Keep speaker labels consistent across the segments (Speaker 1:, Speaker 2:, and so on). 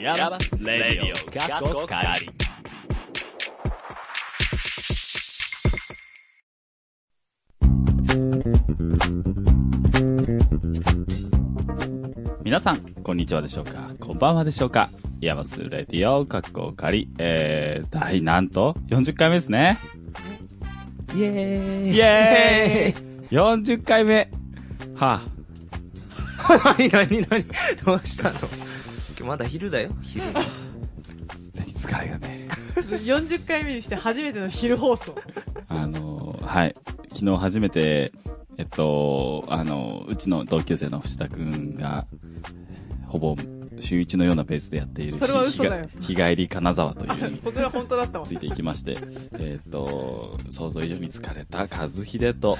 Speaker 1: ヤバスレディオ過去仮皆さんこんにちはでしょうかこんばんはでしょうかヤバスレディオ過去仮えー、第なんと40回目ですね
Speaker 2: イエーイ
Speaker 1: イエーイ !40 回目はあ、
Speaker 2: 何何何どう したの今日まだ昼だよ昼
Speaker 1: 疲れがね。
Speaker 3: 40回目にして初めての昼放送。
Speaker 1: あのー、はい。昨日初めて、えっと、あのー、うちの同級生の藤田くんが、ほぼ週一のようなペースでやっている、
Speaker 3: それは嘘だよ
Speaker 1: 日帰り金沢という、
Speaker 3: それは本当だったわ
Speaker 1: つ。いていきまして、えっと、想像以上に疲れた和秀と、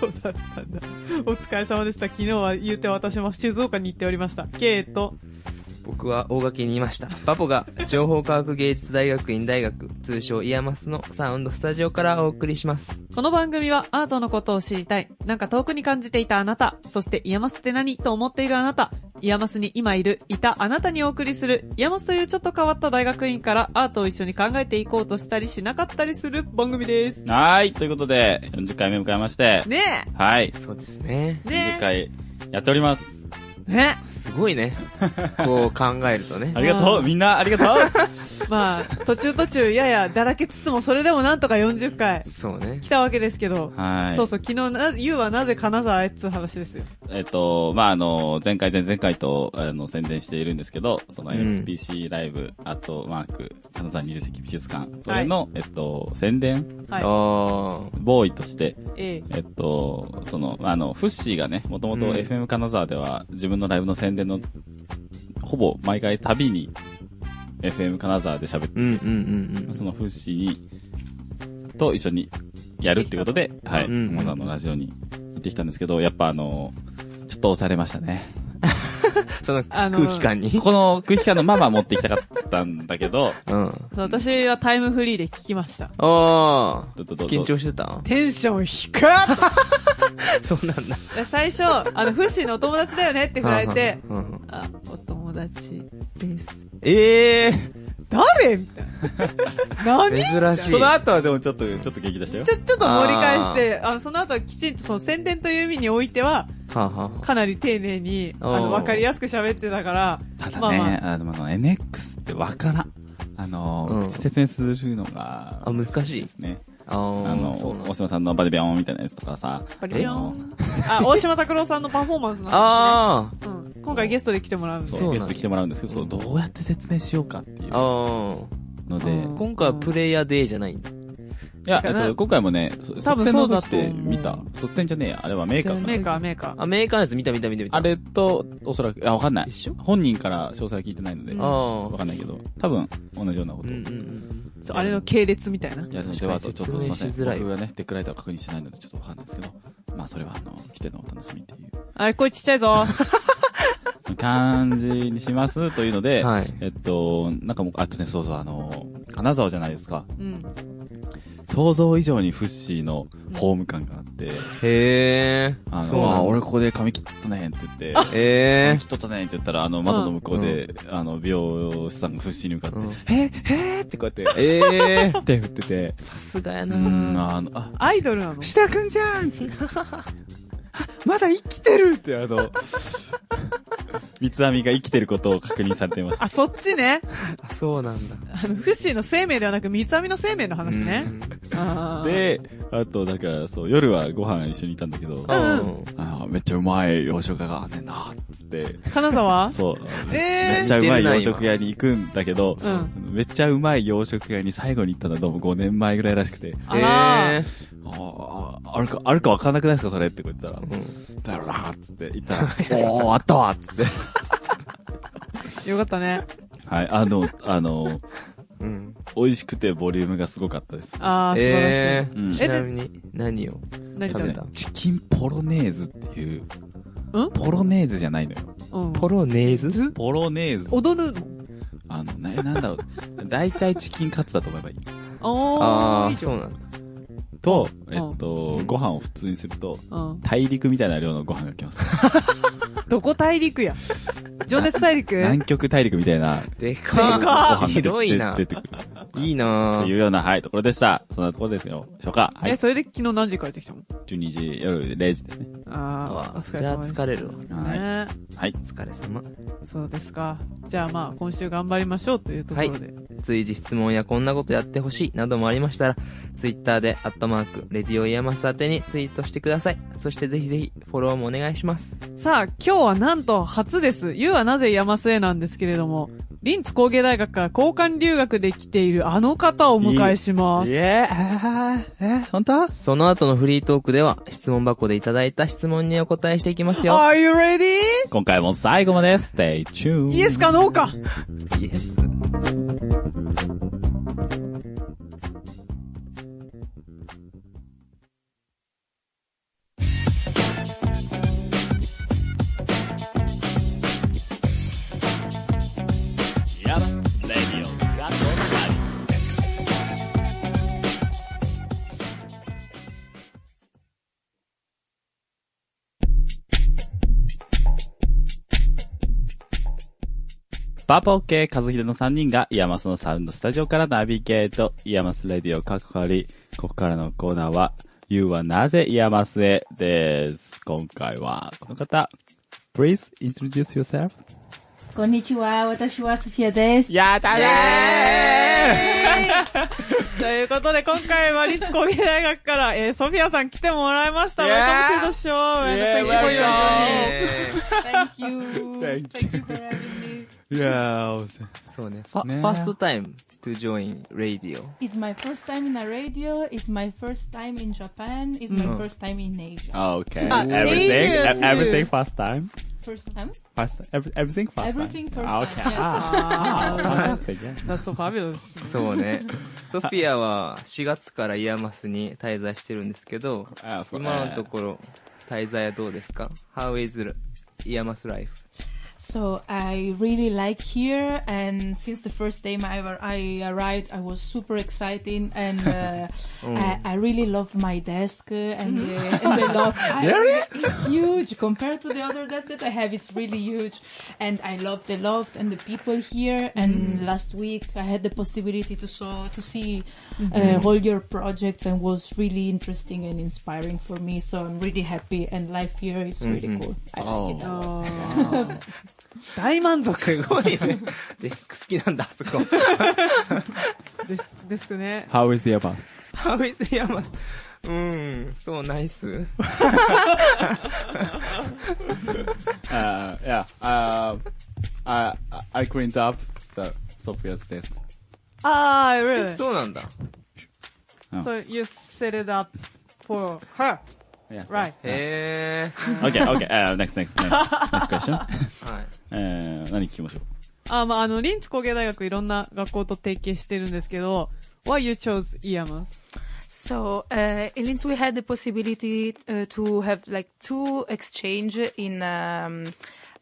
Speaker 3: そうだったんだ。お疲れ様でした。昨日は言うて私も静岡に行っておりました。ケイと、
Speaker 2: 僕は大垣にいましたパポが情報科学芸術大学院大学通称イヤマスのサウンドスタジオからお送りします
Speaker 3: この番組はアートのことを知りたい。なんか遠くに感じていたあなた、そしてイヤマスって何と思っているあなた、イヤマスに今いる、いたあなたにお送りする、イヤマスというちょっと変わった大学院からアートを一緒に考えていこうとしたりしなかったりする番組です。
Speaker 1: はーい、ということで、40回目迎えまして、
Speaker 3: ね
Speaker 1: はい、
Speaker 2: そうですね
Speaker 3: え
Speaker 1: 40
Speaker 3: ね
Speaker 1: 回やっております。
Speaker 3: えね
Speaker 2: すごいねこう考えるとね
Speaker 1: ありがと
Speaker 3: う
Speaker 1: う、
Speaker 3: ん
Speaker 1: みんなありがとう
Speaker 3: えまあ、途中途中ややだらけつつも、それでもなんとか40回。
Speaker 2: そうね
Speaker 3: 来たわけですけど、
Speaker 1: はい。
Speaker 3: そうそう、昨日な、ゆうはなぜ金沢へっつう話ですよ。
Speaker 1: えっと、まあ、あの、前回、前々回と、あの、宣伝しているんですけど、その
Speaker 2: うん
Speaker 1: SPC ライブ、アットマーク、金沢二十世紀美術館、それの、えっと、宣伝、
Speaker 3: はい。
Speaker 2: あ
Speaker 1: ボーイとして、
Speaker 3: ええ
Speaker 1: えっと、その、まああの、フッシーがね、もともと
Speaker 2: うん
Speaker 1: FM 金沢では、自分のライブの宣伝の、ほぼ毎回旅に、FM 金沢で喋っ
Speaker 2: ーうんうんうんうん
Speaker 1: そのフッシーに、と一緒にやるってことで、はい、
Speaker 2: うん
Speaker 1: モザのラジオに行ってきたんですけど、やっぱあの、ちょっと押されましたね。
Speaker 2: その空
Speaker 3: あの
Speaker 2: 気感に
Speaker 1: この空気感のまま持っていきたかったんだけ ど、
Speaker 2: うん
Speaker 3: そう私はタイムフリーで聞きました。
Speaker 2: あー
Speaker 1: どどど
Speaker 2: 緊張してた
Speaker 3: テンション低っ
Speaker 2: そうなんだ
Speaker 3: 最初、あの、フッシーのお友達だよねって振られて、
Speaker 2: うんうん
Speaker 3: あ、お友達です。
Speaker 2: ええ
Speaker 3: 誰みたい な。何
Speaker 2: 珍しい
Speaker 1: その後はでもちょっと、ちょっと激出したよ
Speaker 3: ち。ょ、ちょっと盛り返して、あの、その後はきちんとその宣伝という意味においては、
Speaker 2: はあはあはあ
Speaker 3: かなり丁寧に、あ
Speaker 2: おー
Speaker 3: の、わかりやすく喋ってたから、
Speaker 1: ただね、
Speaker 3: まあま
Speaker 1: あ、の、あの NX ってわからん。あの、
Speaker 2: うん
Speaker 1: 口説明するのが、
Speaker 2: あ難しい
Speaker 1: ですね。あ
Speaker 2: あ
Speaker 1: の、
Speaker 2: のそうなんだ
Speaker 1: 大島さんのバデビョンみたいなやつとかさ、
Speaker 3: バデビョン
Speaker 1: あの
Speaker 3: あ、大島拓郎さんのパフォーマンスなん
Speaker 2: あ
Speaker 3: ですね。うん。今回ゲストで来てもらうんで。
Speaker 1: そ
Speaker 2: そう
Speaker 1: う、
Speaker 2: なんだ
Speaker 1: ゲスト来てもらうんですけど、そう、どうやって説明しようかってい
Speaker 2: あ、
Speaker 1: う
Speaker 2: ああ。
Speaker 1: ので、
Speaker 3: うん
Speaker 2: 今回はプレイヤーデーじゃないんだ。
Speaker 1: いや、え
Speaker 3: だ
Speaker 1: っ
Speaker 3: から
Speaker 1: と、今回もね、
Speaker 3: 多分そうだと思う
Speaker 1: 卒展のだって見た。卒点じゃねえや。あれはメーカーか
Speaker 3: メー
Speaker 1: な。
Speaker 3: カー、メーカー。
Speaker 2: あ、メーカーのやつ見た見た見た見た。
Speaker 1: あれと、おそらく、あ、わかんない
Speaker 2: で。しょ
Speaker 1: 本人から詳細は聞いてないので、
Speaker 3: うん
Speaker 2: あ
Speaker 1: わ
Speaker 2: あ。
Speaker 1: かんないけど、多分、同じようなこ
Speaker 2: う
Speaker 1: と
Speaker 2: んうんうん。
Speaker 3: そうあれの系列みたいな。
Speaker 1: やるのでは、ちょっとす
Speaker 2: 説
Speaker 1: み
Speaker 2: 明
Speaker 1: ま
Speaker 2: し
Speaker 1: せ
Speaker 2: づらい
Speaker 1: ん。僕がね、デックライターを確認してないので、ちょっとわかんないですけど、まあ、それは、あの、来てのお楽しみっていう
Speaker 3: あれ、声ちっちゃいぞ。
Speaker 1: 感じにしますというので、
Speaker 2: はい。
Speaker 1: えっと、なんかもう、あとね、そうそう、あの、金沢じゃないですか。
Speaker 3: うん。
Speaker 1: 想像以上にフッシーのホーム感があって、
Speaker 2: へえ。
Speaker 1: あ
Speaker 2: そうなん
Speaker 1: の、
Speaker 2: だ
Speaker 1: あ俺ここで髪切っとったねって言って、
Speaker 2: ええ。
Speaker 1: 人とねって言ったら、あの、窓の向こうで、あの、美容師さんが不死に向かって、
Speaker 2: うん
Speaker 1: へへーってこうやって、
Speaker 2: ええ。
Speaker 1: 手振ってて、
Speaker 2: さすがや
Speaker 1: う
Speaker 2: な。
Speaker 1: ん、あの、あ、
Speaker 3: アイドルなの。
Speaker 1: 下田くんじゃんまだ生きてるって、あの、三つ編みが生きてることを確認されていました。
Speaker 3: あ、そっちね。
Speaker 2: あ、そうなんだ。
Speaker 3: あの、フッシーの生命ではなく、三つ編みの生命の話ね。あー、
Speaker 1: で、あと、だから、そう、夜はご飯一緒にいたんだけど、
Speaker 2: うん。
Speaker 3: うん
Speaker 2: うん
Speaker 1: あめっちゃうまい洋食屋があんねんなって、
Speaker 3: 金沢
Speaker 1: そう、め
Speaker 3: え
Speaker 1: っ
Speaker 3: え
Speaker 1: ちゃうまい洋食屋に行くんだけど、
Speaker 3: うん。
Speaker 1: めっちゃうまい洋食屋に最後に行ったのはどうも5年前ぐらいらしくて、
Speaker 3: あら
Speaker 2: え
Speaker 3: ー。
Speaker 1: あーあ、あるか、あるかわかんなくないですかそれってこう言ったら、
Speaker 2: え。
Speaker 1: だよなーっつって言ったら、おー、あったわっつって。
Speaker 3: よかったね。
Speaker 1: はい、あの、あの、
Speaker 2: うん。
Speaker 1: 美味しくてボリュームがすごかったです。
Speaker 3: あー、素晴ら
Speaker 2: え
Speaker 3: しい。
Speaker 1: うん
Speaker 2: え。ちなみに、何を
Speaker 3: 何食べ
Speaker 2: 食
Speaker 3: た
Speaker 1: チキンポロネーズっていう、
Speaker 3: ん
Speaker 1: ポロネーズじゃないのよ。
Speaker 3: うん。
Speaker 2: ポロネーズ
Speaker 1: ポロネーズ。
Speaker 3: 踊るの
Speaker 1: あの、ね、なんだろう。大体チキンカツだと思えばいい。
Speaker 3: お
Speaker 2: あ
Speaker 3: ー、いい
Speaker 2: あ、
Speaker 3: じゃん
Speaker 2: そうなんだ。
Speaker 1: と、えっと、ご飯を普通にすると、
Speaker 3: うん。
Speaker 1: 大陸みたいな量のご飯が来ます。
Speaker 3: どこ大陸や。情熱 大陸
Speaker 1: 南極大陸みたいな、
Speaker 2: で
Speaker 1: ご
Speaker 3: で
Speaker 1: 飯
Speaker 2: か
Speaker 3: か
Speaker 2: い
Speaker 1: が
Speaker 2: 広いな
Speaker 1: 出。てくる。
Speaker 2: いいな
Speaker 1: というような、はい、ところでした。そんなところですよ。初夏、は
Speaker 3: え、
Speaker 1: い。
Speaker 3: それで昨日何時帰ってきたの
Speaker 1: 12時、夜0時ですね。
Speaker 3: ああ、お
Speaker 2: あ
Speaker 3: 疲
Speaker 2: そ
Speaker 3: れ
Speaker 2: れは
Speaker 3: 様でした
Speaker 2: 疲れるわ。
Speaker 1: はい
Speaker 3: ね
Speaker 1: はい。
Speaker 2: 疲れ様。
Speaker 3: そうですか。じゃあまあ、今週頑張りましょうというところで。
Speaker 2: 随時質問やこんなことやってほしいなどもありましたら、ツイッターで、アットマーク、レディオイヤマス宛てにツイートしてください。そしてぜひぜひ、フォローもお願いします。
Speaker 3: さあ、今日はなんと初です。ゆうはなぜ山末なんですけれども、リンツ工芸大学から交換留学で来ているあの方をお迎えします。
Speaker 1: えー、えー、本当
Speaker 2: その後のフリートークでは、質問箱でいただいた質問にお答えしていきますよ。
Speaker 3: Are you ready?
Speaker 1: 今回も最後まで、stay tuned!
Speaker 3: イエスかノーか
Speaker 2: イエス。
Speaker 1: やばレディオガッツオブライパーポーケー、カズヒデの3人が、イヤマスのサウンドスタジオからナビゲート、イヤマスレディオ、かっこかり。ここからのコーナーは、You はなぜイヤマスへです。今回は、この方。Please introduce yourself.
Speaker 4: こんにちは、私はソフィアです。
Speaker 1: やだね
Speaker 3: ということで、今回はリンツ工芸大学から、えー、ソフィアさん来てもらいました。
Speaker 1: Yeah.
Speaker 3: Welcome to the show. And
Speaker 1: Yeah,
Speaker 3: thank you for your
Speaker 1: welcome.
Speaker 3: journey.
Speaker 4: Thank you.
Speaker 1: Thank
Speaker 4: you for having me.
Speaker 1: ーいやー、
Speaker 2: そうね。ファ
Speaker 1: ね
Speaker 2: first time to join radio.
Speaker 4: It's my first time in a radio. It's my first time in Japan. It's
Speaker 1: Mm.
Speaker 4: my first time in Asia.
Speaker 1: Oh, Okay.
Speaker 3: Ah,
Speaker 1: everything,
Speaker 3: thank you.
Speaker 1: everything first time.
Speaker 4: First time?
Speaker 1: First, every, everything first
Speaker 4: Everything
Speaker 1: time.
Speaker 4: first time,
Speaker 1: Okay.
Speaker 4: yes.
Speaker 1: Ah, fantastic. Yeah.
Speaker 3: That's so fabulous.
Speaker 2: そうね。ソフィアは4月からイヤマスに滞在してるんですけど、
Speaker 1: Ah, for-
Speaker 2: 今の
Speaker 1: uh,
Speaker 2: ところ滞在はどうですか ?How is イヤマス life?
Speaker 4: So I really like here, and since the first day I, ar- I arrived, I was super excited, and uh, I, I really love my desk uh, and the, and the love. I,
Speaker 1: Really?
Speaker 4: It's huge compared to the other desk that I have. It's really huge, and I love the loft and the people here. And last week I had the possibility to saw to see uh, all your projects, and was really interesting and inspiring for me. So I'm really happy, and life here is really cool. I
Speaker 1: Oh,
Speaker 4: like it a lot.
Speaker 3: 大満足
Speaker 2: すごいね。デスク好きなんだ、あそこ。
Speaker 3: です、ですね。
Speaker 1: How is your bus?
Speaker 2: How is イヤマスうーん、そうナイス。
Speaker 1: Uh, yeah. Uh, I I cleaned up so Sophia's desk.
Speaker 3: あー、really?
Speaker 2: そうなんだ。
Speaker 3: So you set it up for her,
Speaker 1: Yeah.
Speaker 3: right?
Speaker 2: へ
Speaker 1: Okay. Okay. Uh, next, next, next, next question. Uh,
Speaker 2: ー。はい。
Speaker 1: えー、何聞きましょう
Speaker 3: あ、まあ、あの、リンツ工芸大学いろんな学校と提携してるんですけど、why you chose IAMAS?
Speaker 4: So uh, in Linz we had the possibility uh, to have like two exchange in um,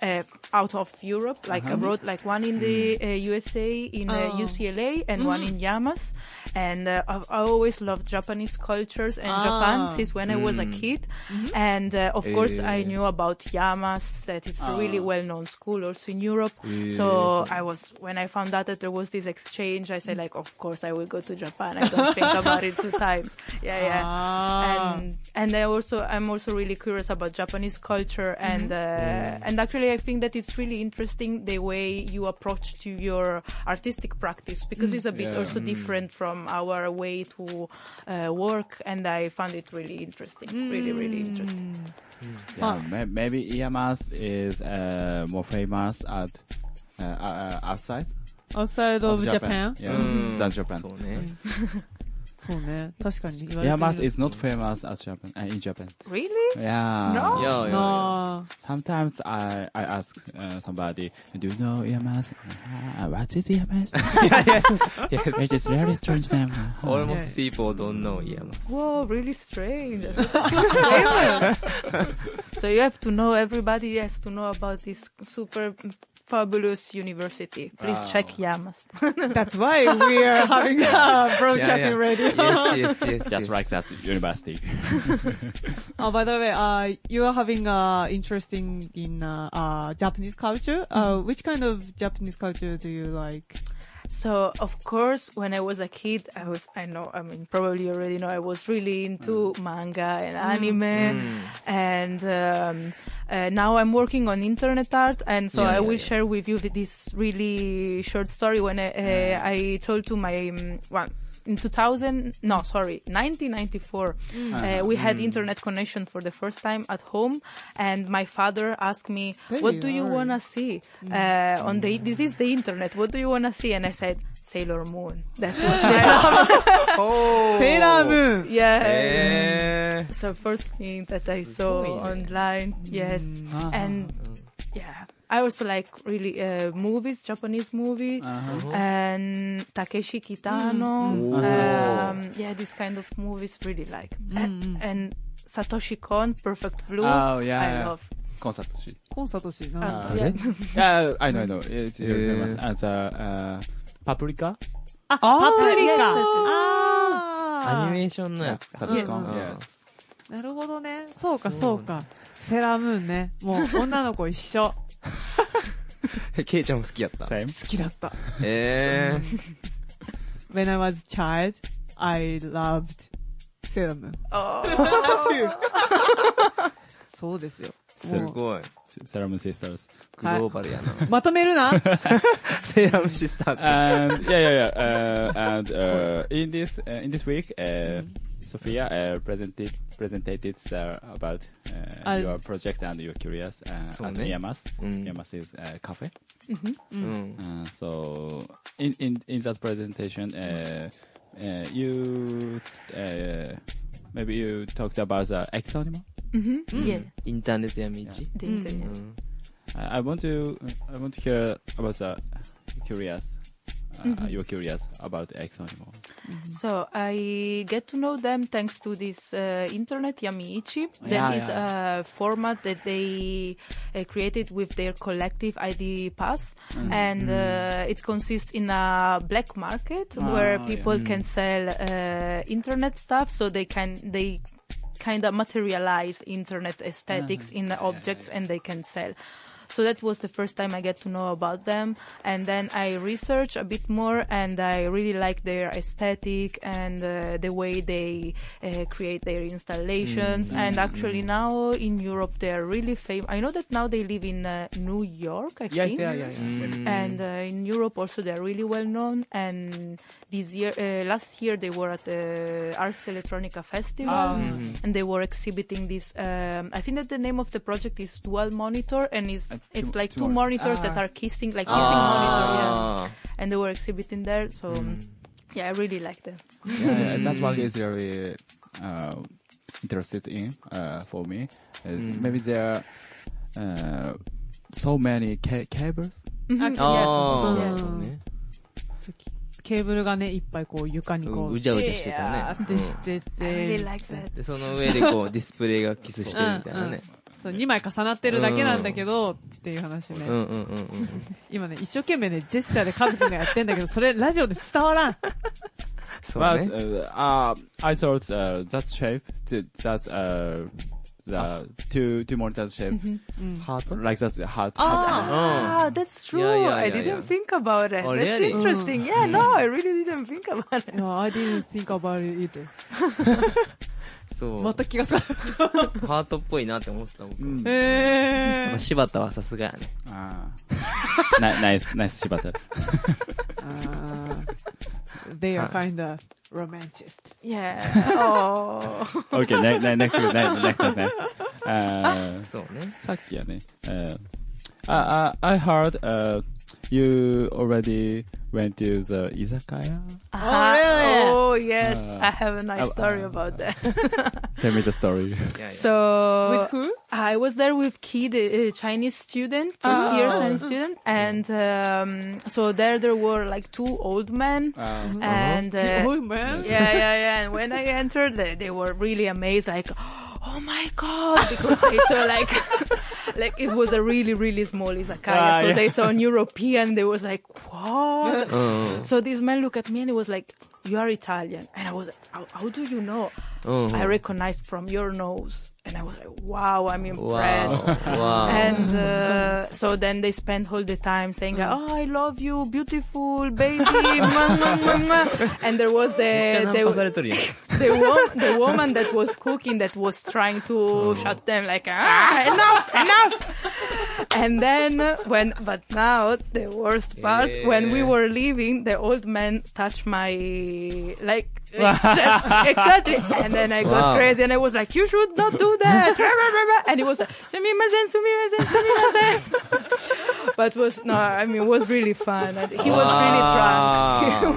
Speaker 4: uh, out of Europe, like abroad, like one in the uh, USA in uh, UCLA and one in Yamas. And uh, I've, I always loved Japanese cultures and
Speaker 3: Ah.
Speaker 4: Japan since when I was a kid. And uh, of course I
Speaker 2: Eh.
Speaker 4: knew about Yamas that it's a really
Speaker 1: Ah.
Speaker 4: well-known school also in Europe. So I was when I found out that there was this exchange, I said like, of course I will go to Japan. I don't think about it two times. Yeah, yeah.
Speaker 3: Ah.
Speaker 4: And and I also I'm also really curious about Japanese culture and uh, and actually I think that it's really interesting the way you approach to your artistic practice because it's a bit
Speaker 1: Yeah.
Speaker 4: also different from our way to uh, work and I found it really interesting, really
Speaker 3: Mm.
Speaker 4: really interesting.
Speaker 1: Yeah,
Speaker 3: Ah.
Speaker 1: may- maybe EMS is uh, more famous at uh, uh, outside
Speaker 3: Outside of Japan?
Speaker 1: Yeah,
Speaker 2: うん
Speaker 1: than Japan.
Speaker 2: そうね。
Speaker 3: そうね。確かに言われてみれば
Speaker 1: EMS is not famous at Japan uh, in Japan.
Speaker 4: Really?
Speaker 1: Yeah.
Speaker 4: No?
Speaker 2: いやいや。
Speaker 3: あー
Speaker 1: Sometimes I I ask uh, somebody, do you know EMS? Uh, what is EMS? It is very strange name. Uh-huh.
Speaker 2: Almost people don't know イヤマス。
Speaker 4: Whoa, really strange. so you have to know everybody has to know about this super fabulous university. Please check Yamas.
Speaker 3: That's why we are having a broadcasting radio.
Speaker 2: Yes, yes, yes. yes.
Speaker 1: Just like that university.
Speaker 3: Oh, by the way, uh, you are having uh, interesting in uh, uh, Japanese culture. Uh, which kind of Japanese culture do you like?
Speaker 4: So of course, when I was a kid, I was, I know, I mean, probably you already know, I was really into manga and anime. And um, uh, now I'm working on internet art. And so
Speaker 2: Yeah,
Speaker 4: I
Speaker 2: yeah,
Speaker 4: will
Speaker 2: yeah.
Speaker 4: share with you th- this really short story when I, uh, I told to my, um, one, in 2000, no, sorry, 1994, uh, we had internet connection for the first time at home. And my father asked me,
Speaker 3: There
Speaker 4: what
Speaker 3: you
Speaker 4: do you
Speaker 3: are.
Speaker 4: want to see uh, on the this is the internet what do you want to see and i said sailor moon that was my
Speaker 2: Oh.
Speaker 3: Sailor Moon.
Speaker 4: yeah
Speaker 2: Eh.
Speaker 4: so first thing that i saw online yes
Speaker 1: Uh-huh.
Speaker 5: Uh-huh.
Speaker 4: and
Speaker 5: Mm.
Speaker 4: yeah i also like really uh, movies japanese
Speaker 5: Uh-huh.
Speaker 4: movie
Speaker 1: Uh-huh.
Speaker 4: and takeshi kitano
Speaker 5: Mm.
Speaker 4: um, yeah this kind of movies really like and, and satoshi kon perfect blue
Speaker 5: Oh, Mm-hmm. yeah,
Speaker 4: i
Speaker 5: yeah. Ah,
Speaker 4: love
Speaker 5: コンサート し。
Speaker 3: コンサートしな
Speaker 4: Uh,
Speaker 1: あれ？
Speaker 4: yeah.
Speaker 5: Yeah, I know, I know. It's,
Speaker 1: Yeah,
Speaker 5: it's,
Speaker 1: yeah. And the, uh, paprika?
Speaker 3: あ、パプリカ。
Speaker 4: Yes, yes, yes.
Speaker 2: アニ
Speaker 3: あ
Speaker 2: メーションのやつか。
Speaker 5: サトシコン
Speaker 2: うん
Speaker 5: Yes.
Speaker 3: あ。なるほどね。そうか、そうか。セーラームーンね。もう女の子一緒。
Speaker 2: ケイちゃんも好きやった。
Speaker 1: Same.
Speaker 3: 好きだった。
Speaker 2: ええ。
Speaker 3: When I was child, I loved セーラームーン。
Speaker 4: oh.
Speaker 3: そうですよ。
Speaker 2: すごい。
Speaker 1: セラムシスターズ。
Speaker 2: グローバルやな。
Speaker 3: まとめるな。
Speaker 2: セーラムシ スターズ。
Speaker 1: and Um, yeah, yeah, yeah. Uh, and uh, in this uh, in this week,
Speaker 5: Mm-hmm.
Speaker 1: uh, Sophia uh, presented presented uh, about uh,
Speaker 3: Uh,
Speaker 1: your project and your curious uh,
Speaker 2: So
Speaker 1: at
Speaker 2: ne?
Speaker 1: Yamas.
Speaker 2: Mm.
Speaker 1: Yamas is uh, cafe.
Speaker 4: Mm-hmm.
Speaker 5: Mm.
Speaker 2: うん。
Speaker 1: Uh, so in, in in that presentation, uh, uh, you uh, maybe you talked about the exonym.
Speaker 4: Mm-hmm.
Speaker 5: Mm.
Speaker 4: yeah
Speaker 2: インターネットや道。
Speaker 4: the internet
Speaker 2: Mm.
Speaker 1: Uh, I I want to uh, I want to hear about the curious. Uh,
Speaker 5: Mm-hmm.
Speaker 1: You're curious about exonym. Mm-hmm.
Speaker 4: So I get to know them thanks to this uh, internet Yamiichi. That is
Speaker 1: Yeah,
Speaker 4: a format that they uh, created with their collective ID pass,
Speaker 1: Mm-hmm.
Speaker 4: and uh, it consists in a black market
Speaker 1: Ah, yeah.
Speaker 4: where
Speaker 1: Mm-hmm.
Speaker 4: people can sell uh, internet stuff, so they can they kind of materialize internet aesthetics in the objects and they can sell. So that was the first time I get to know about them. And then I research a bit more and I really like their aesthetic and uh, the way they uh, create their
Speaker 5: Mm,
Speaker 4: installations. and actually now in Europe, they're really famous. I know that now they live in uh, New York, I
Speaker 5: Yes,
Speaker 4: think
Speaker 5: yeah, Mm. yeah, yeah.
Speaker 4: and uh, in Europe also they're really well known. And this year, uh, last year they were at the Ars Electronica Festival,
Speaker 5: Ah, Um,
Speaker 4: and they were exhibiting this. Um, I think that the name of the project is Dual Monitor, and it's it's like two monitors that are kissing, like kissing monitor,
Speaker 2: あ
Speaker 4: yeah. And they were exhibiting there, so. Yeah, I really like them.
Speaker 5: Yeah, yeah, that's what is really uh, interested in uh, for me. Uh,
Speaker 1: Mm.
Speaker 5: Maybe there are uh, so many ca- cables.
Speaker 4: Mm-hmm.
Speaker 2: あ。あ
Speaker 3: そう
Speaker 2: あ。
Speaker 3: そ
Speaker 2: そううね。
Speaker 3: ケーブルがね、いっぱいこう床にこう。
Speaker 2: うじゃうじゃしてたね
Speaker 3: ジャーってしてて。
Speaker 4: I really like that.
Speaker 2: で、その上でこう、ディスプレイがキスしてるみたいなね。
Speaker 3: そう2枚重なってるだけなんだけど、っていう話ね。
Speaker 2: うんうんうんうん。
Speaker 3: 今ね、一生懸命ね、ジェスチャーでカズくんがやって んだけど、それラジオで伝わらん。
Speaker 2: そうね
Speaker 1: But。uh, uh, I thought uh, that shape, to, that uh, the two two monitors shape,
Speaker 2: ハート
Speaker 1: like that's the heart.
Speaker 4: Ah, that's true.
Speaker 2: Yeah, yeah,
Speaker 4: I
Speaker 2: yeah, yeah.
Speaker 4: didn't think about it.
Speaker 2: Oh,
Speaker 4: that's
Speaker 2: really?
Speaker 4: interesting. Yeah, no, I really didn't think about it.
Speaker 3: No, I didn't think about it either.
Speaker 2: そう。
Speaker 3: また気がつかない。
Speaker 2: ハートっぽいなって思ってた僕。ま
Speaker 3: え
Speaker 2: あ柴田はさすがやね。
Speaker 1: Ah. Ni- nice, nice Shibata.
Speaker 3: ー。あー They are kinda romanticist.
Speaker 4: Yeah. Oh.
Speaker 1: Okay, ne- ne- next, next, next, next, next. Uh,
Speaker 2: そうね。
Speaker 1: さっきやね。Uh, I, I, I heard uh, you already went to the izakaya.
Speaker 4: Uh-huh.
Speaker 3: really?
Speaker 4: Oh, yes.
Speaker 1: Uh,
Speaker 4: I have a nice
Speaker 1: uh,
Speaker 4: story
Speaker 1: uh,
Speaker 4: about that.
Speaker 1: Tell me the story.
Speaker 2: いやいや
Speaker 4: So,
Speaker 3: With who?
Speaker 4: I was there with Ki, the uh, Chinese student, this year Chinese student, and um, so there there were like two old men, and uh,
Speaker 3: Oh, man.
Speaker 4: yeah, yeah, yeah. And when I entered, they, they were really amazed, like, oh my god, because they saw like like it was a really really small izakaya,
Speaker 6: Ah,
Speaker 4: so
Speaker 6: yeah.
Speaker 4: they saw an European. They was like, what?
Speaker 6: Oh.
Speaker 2: うん。
Speaker 4: So this man looked at me and he was like, "You are Italian," and I was like, "How, how do you know?"
Speaker 6: Oh.
Speaker 2: うん。
Speaker 4: I recognized from your nose, and I was like, "Wow, I'm
Speaker 2: わ
Speaker 4: impressed."
Speaker 2: ーお。わー
Speaker 4: And uh, so then they spent all the time saying, "Oh, I love you, beautiful baby," mwah, mwah, mwah, mwah. and there was
Speaker 2: めっちゃ
Speaker 4: the
Speaker 2: ナン
Speaker 4: they,
Speaker 2: パされとるやん。
Speaker 4: the, wo- the woman that was cooking that was trying to
Speaker 2: Oh.
Speaker 4: shut them like ah enough enough and then when but now the worst part when we were leaving the old man touched my like exactly and then I got
Speaker 2: Wow.
Speaker 4: crazy and I was like you should not do that and it was like sumimasen sumimasen sumimasen but was no I mean it was really fun And he was really drunk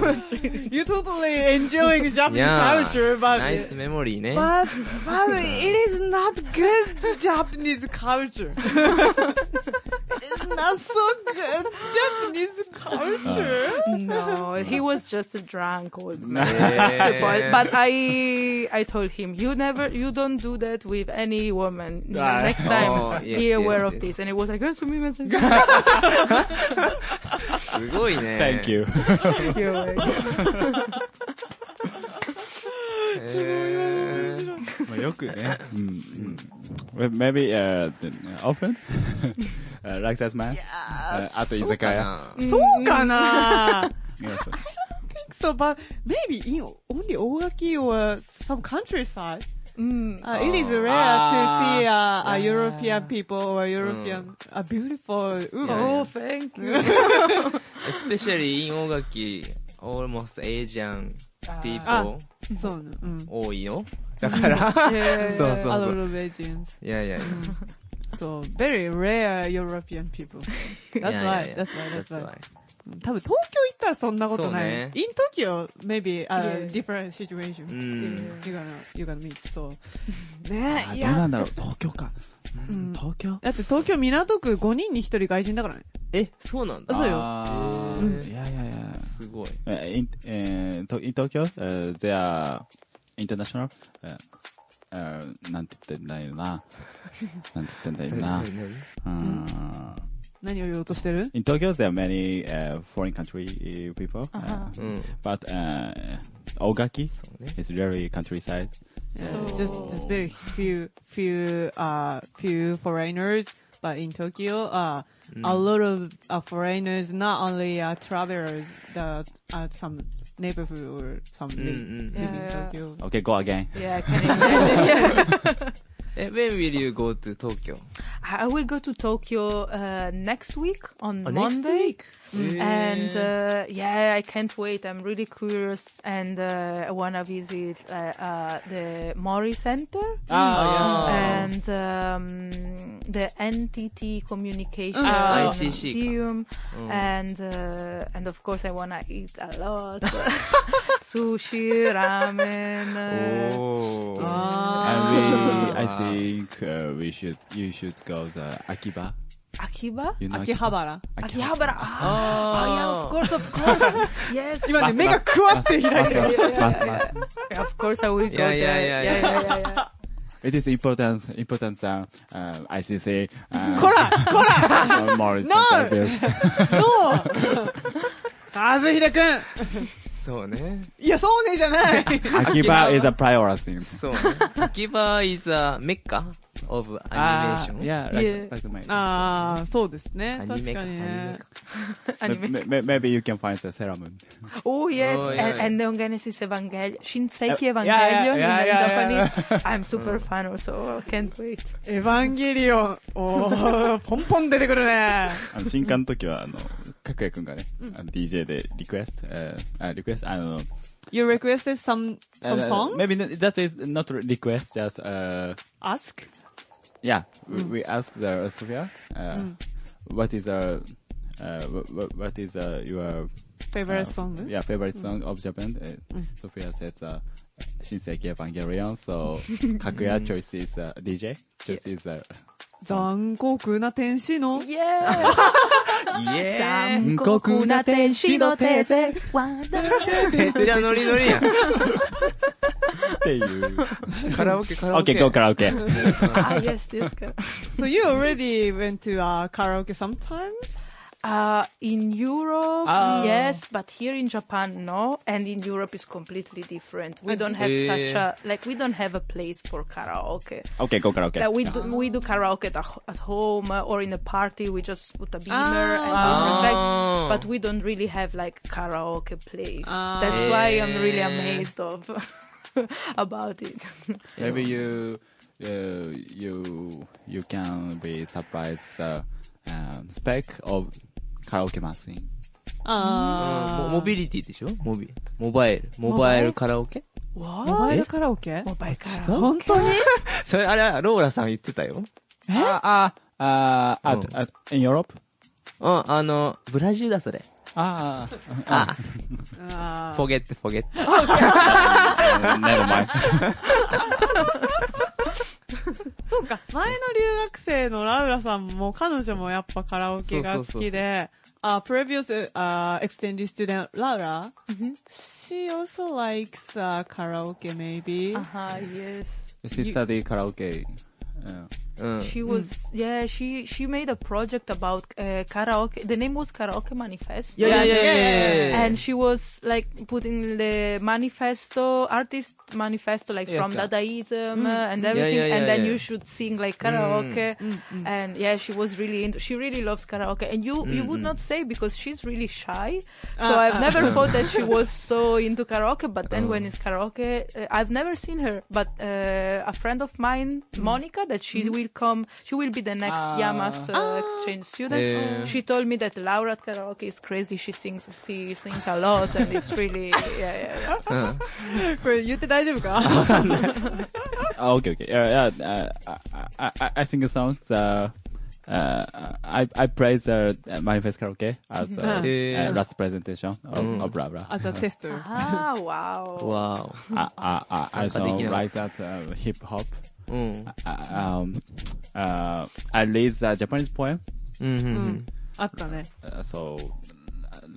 Speaker 2: Wow.
Speaker 4: he was really
Speaker 3: You totally enjoying Japanese
Speaker 2: Yeah.
Speaker 3: culture, but
Speaker 2: ナイスメモリーね。
Speaker 3: but but it is not good Japanese culture. it's not so good Japanese culture.
Speaker 4: No, he was just a drunk old man. That's the point.
Speaker 2: But
Speaker 4: But I, I told him, you never, you don't do that with any woman. You know,
Speaker 6: Ah.
Speaker 4: Next time,
Speaker 2: Oh, yes,
Speaker 4: be
Speaker 2: yes,
Speaker 4: aware
Speaker 2: yes.
Speaker 4: of this. And it was like, "Oh, sumimasen."
Speaker 2: すごいね。
Speaker 6: Thank you.
Speaker 4: You're right.
Speaker 2: えー。
Speaker 1: まあよくね。
Speaker 6: Mm. Well, Maybe uh, th- often? uh, like that man? Uh, at the
Speaker 2: そうか
Speaker 1: izakaya? uh,
Speaker 2: な
Speaker 3: そうかな
Speaker 1: Yes.
Speaker 3: So, but maybe in only Owaki or some countryside,
Speaker 4: Mm.
Speaker 3: uh, it is rare
Speaker 6: Ah.
Speaker 3: to see uh, uh, European people or European a beautiful woman.
Speaker 4: Oh, thank you.
Speaker 2: especially in 大垣 almost Asian people
Speaker 3: あそうな、うん。
Speaker 2: 多いよだから
Speaker 4: Yeah.
Speaker 2: そうそう
Speaker 3: アド
Speaker 2: そう
Speaker 3: ルベジンス。
Speaker 2: いやいやいや
Speaker 3: So, very rare European people. That's
Speaker 2: いやい
Speaker 3: why,
Speaker 2: やいや
Speaker 3: that's why, that's
Speaker 2: That's
Speaker 3: why.
Speaker 2: why
Speaker 3: 多分東京行ったらそんなことな
Speaker 2: そ
Speaker 3: い。
Speaker 2: うね
Speaker 3: In Tokyo, maybe a
Speaker 4: Yeah.
Speaker 3: different
Speaker 2: う
Speaker 3: situation.
Speaker 2: ん
Speaker 3: You're gonna, you're gonna meet, so. ね
Speaker 1: あ
Speaker 3: え、い
Speaker 1: どうな
Speaker 3: や。
Speaker 1: んだろう東京か。うん東京
Speaker 3: だって東京港区5人に1人外人だからね。
Speaker 2: えそうなんだ
Speaker 3: そうよ
Speaker 1: あーいやいやいや。
Speaker 2: すごい
Speaker 1: Uh, in, uh, to- in Tokyo, uh, they are international. Uh, uh, なんて言ってんだよな。なんて言ってんだよな。うん。
Speaker 3: 何を言おうとしてる
Speaker 1: In Tokyo, there are many uh, foreign country uh, people, uh,
Speaker 2: うん
Speaker 1: but uh, Ogaki
Speaker 2: うね
Speaker 1: is really countryside.
Speaker 3: So just just very few few uh few foreigners, but in Tokyo, uh, a
Speaker 2: Mm.
Speaker 3: lot of uh, foreigners, not only uh, travelers that at some neighborhood or some live,
Speaker 2: Mm, mm.
Speaker 3: live in
Speaker 4: Yeah, yeah.
Speaker 3: Tokyo.
Speaker 1: Okay, go again.
Speaker 4: Yeah, I can imagine. Yeah.
Speaker 2: え When will you go to Tokyo?
Speaker 4: I will go to Tokyo uh, next week on
Speaker 2: Ah, next
Speaker 4: Monday.
Speaker 2: week?
Speaker 4: And uh, yeah, I can't wait. I'm really curious, and uh, I wanna visit uh, uh, the Mori Center.
Speaker 1: Oh.
Speaker 2: Ah, yeah.
Speaker 4: and um, the NTT Communication
Speaker 2: Ah, ICC.
Speaker 4: Museum,
Speaker 2: oh.
Speaker 4: and uh, and of course I wanna eat a lot sushi, ramen.
Speaker 2: Oh.
Speaker 4: Uh,
Speaker 2: おー
Speaker 3: Ah,
Speaker 1: And we, I think uh, we should, you should go the Akiba.
Speaker 4: Akiba,
Speaker 1: You know Akihabara.
Speaker 3: Akihabara.
Speaker 4: Akihabara. Ah,
Speaker 2: Ah.
Speaker 4: yeah, of course, of course. yes,
Speaker 3: 今ね、目がクワって開いてる。
Speaker 1: Mas- mas-
Speaker 4: Yeah, of course I will go
Speaker 2: Yeah, yeah,
Speaker 4: there.
Speaker 2: yeah,
Speaker 4: yeah,
Speaker 2: yeah.
Speaker 4: yeah, yeah, yeah.
Speaker 1: It is important, important than uh, ICC. Uh,
Speaker 3: こらこら
Speaker 1: uh, Morris
Speaker 3: No!
Speaker 1: Center.
Speaker 3: どう和秀くん
Speaker 2: そうね
Speaker 3: いや、そうねじゃない
Speaker 1: Akiba is a priority.
Speaker 2: そうね Akiba is a mecca of
Speaker 1: Ah,
Speaker 2: animation
Speaker 1: yeah, like,
Speaker 4: Yeah.
Speaker 1: like my.
Speaker 3: ああ、そうですね
Speaker 2: ア。ニ
Speaker 3: 確
Speaker 2: メか
Speaker 3: か
Speaker 2: アニ
Speaker 3: に
Speaker 2: メ
Speaker 3: ね
Speaker 2: か。
Speaker 4: Anime.
Speaker 1: May- may- Maybe you can find the ceremony.
Speaker 4: Oh yes,
Speaker 2: Oh, yeah,
Speaker 4: and,
Speaker 2: yeah.
Speaker 4: and the Ongenesis Evangelion, Shinseki
Speaker 1: Yeah, yeah,
Speaker 4: Evangelion
Speaker 1: yeah,
Speaker 4: in
Speaker 1: yeah, yeah.
Speaker 4: Japanese. I'm super fan also. Can't wait.
Speaker 3: エヴァンゲリオン。お ー、ポンポン出てくるね。
Speaker 1: あの、新刊の時は、あの、かくやくんがね、
Speaker 3: Mm.
Speaker 1: あの DJ でリクエスト、えーあ、リクエスト、あの、
Speaker 3: You requested some some
Speaker 1: uh,
Speaker 3: songs?
Speaker 1: Maybe not- that is not a request, just, uh,
Speaker 3: ask?
Speaker 1: yeah, we,
Speaker 3: Mm.
Speaker 1: we asked the Sophia, uh, what is, uh, uh, what, what is, uh, your,
Speaker 3: Favorite
Speaker 1: uh,
Speaker 3: song? Hmm.
Speaker 1: Yeah, favorite song of Japan. Uh, Sophia said, uh, Shinseki Evangelion, so Kakuya choice is, uh, DJ, choice is, uh,
Speaker 3: 残酷な天使の。
Speaker 4: Yeah!
Speaker 2: イエーイ
Speaker 4: 残酷な天使のテーゼ。
Speaker 2: めっちゃノリノリやん。
Speaker 1: て いう。
Speaker 2: カラオケ、カラオケ。
Speaker 7: Okay, go karaoke.
Speaker 4: ah, yes, yes. correct.
Speaker 3: So you already went to uh, karaoke sometimes?
Speaker 4: Uh, in Europe,
Speaker 7: Ah.
Speaker 4: yes, but here in Japan, no. And in Europe is completely different. We don't have
Speaker 2: Eh.
Speaker 4: such a, like, we don't have a place for karaoke.
Speaker 7: Okay, go karaoke.
Speaker 4: Like, we do,
Speaker 2: Ah.
Speaker 4: we do karaoke at, a- at home uh, or in a party. We just put a beamer and we
Speaker 2: Ah. Ah.
Speaker 4: project, but we don't really have like karaoke place. That's why I'm really
Speaker 2: Eh.
Speaker 4: amazed of about it.
Speaker 1: Maybe you, uh, you, you can be surprised the um, spec of karaoke machine.
Speaker 2: うんモ
Speaker 3: Ah.
Speaker 2: モビリティでしょモビ、モバイル。モバイルカラオケ
Speaker 4: What?
Speaker 3: モバイルカラオケ
Speaker 4: Mobile karaoke.
Speaker 3: 本当に
Speaker 2: それ、あれ、ローラさん言ってたよ。
Speaker 1: Ah, ah, uh, at,
Speaker 2: Oh.
Speaker 1: at, in Europe?
Speaker 2: うん、あの、ブラジルだ、それ。
Speaker 1: Ah,
Speaker 2: あ、
Speaker 3: あ
Speaker 2: フォゲット、フォゲット。
Speaker 1: Uh,
Speaker 7: Never mind.
Speaker 3: ーそうか。前の留学生のラウラさんも彼女もやっぱカラオケが好きで、あ、previous uh, extended student Laura, she also likes uh, karaoke maybe.
Speaker 4: Ah, yes.
Speaker 1: she study karaoke. Uh,
Speaker 2: うん。
Speaker 4: She was yeah. She she made a project about uh, karaoke. The name was Karaoke Manifesto.
Speaker 2: いやいやいやいやいやいや
Speaker 4: And she was like putting the manifesto, artist manifesto, like
Speaker 2: Yes,
Speaker 4: from
Speaker 2: yeah. Mm.
Speaker 4: Dadaism uh, and everything.
Speaker 2: yeah, yeah,
Speaker 4: and then
Speaker 2: yeah. Mm.
Speaker 4: you should sing like karaoke. And yeah, she was really into. She really loves karaoke. And you
Speaker 2: Mm,
Speaker 4: you would not say because she's really shy. So
Speaker 2: Ah,
Speaker 4: I've never thought that she was so into karaoke. But
Speaker 2: Oh.
Speaker 4: then when it's karaoke, uh, I've never seen her. But uh, a friend of mine,
Speaker 2: Mm.
Speaker 4: Monica, that she will come. She will be the next
Speaker 2: Ah.
Speaker 4: Yamas uh, exchange student.
Speaker 2: Yeah.
Speaker 4: She told me that Laura at karaoke is crazy. She sings, she sings a lot, and it's really yeah, yeah, yeah.
Speaker 3: これ言って大丈夫か
Speaker 1: ah, okay, okay. Yeah, yeah. Uh, I, I, I- I sing a song. The, uh, I, I play the uh, manifest karaoke at the
Speaker 3: Mhm.
Speaker 1: uh, last presentation of, of blah blah.
Speaker 3: as a tester.
Speaker 4: Ah, wow.
Speaker 2: わ
Speaker 1: ああああ I
Speaker 2: 参加でき
Speaker 1: also
Speaker 2: なかっ
Speaker 1: write that uh, hip hop.
Speaker 2: お。うん。
Speaker 1: Uh, um, uh, I read the Japanese poem.
Speaker 2: うんうんうん。
Speaker 3: あったね。
Speaker 1: Uh, so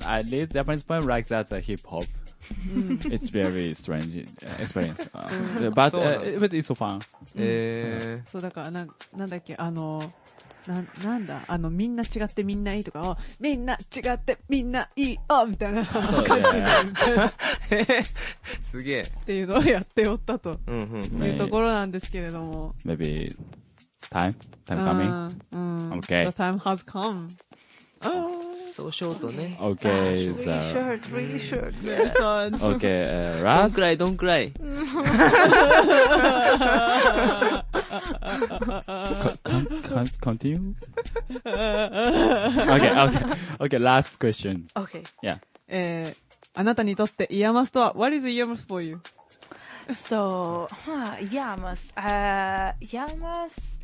Speaker 1: I read Japanese poem like that's a hip hop. it's very strange uh, experience. Uh, but uh, but it's so fun.
Speaker 2: え
Speaker 3: そうだからなん、なんだっけ、あの、なん、なんだ、あの、みんな違ってみんないいとかを、みんな違ってみんないいよみたいな感じになるみたいなっ
Speaker 2: ー。 すげえ。
Speaker 3: ていうのをやっておったと
Speaker 2: うんうん。
Speaker 3: いうところなんですけれども。
Speaker 1: Maybe time time
Speaker 3: Ah.
Speaker 1: coming.
Speaker 3: うん。うん
Speaker 1: Okay.
Speaker 3: The time has come. Oh,
Speaker 2: そう、ショートね。
Speaker 1: Okay, the,
Speaker 4: Really short, really short.
Speaker 3: yes, uh,
Speaker 1: okay. Uh,
Speaker 2: どん
Speaker 1: last
Speaker 2: くらい、どんくらい。
Speaker 1: co- con- con- continue. okay, okay, okay. Last question.
Speaker 4: Okay.
Speaker 3: えーあなたにとってイヤマスとは、What is イヤマス for you?
Speaker 4: So, huh, Yamas. Uh, Yamas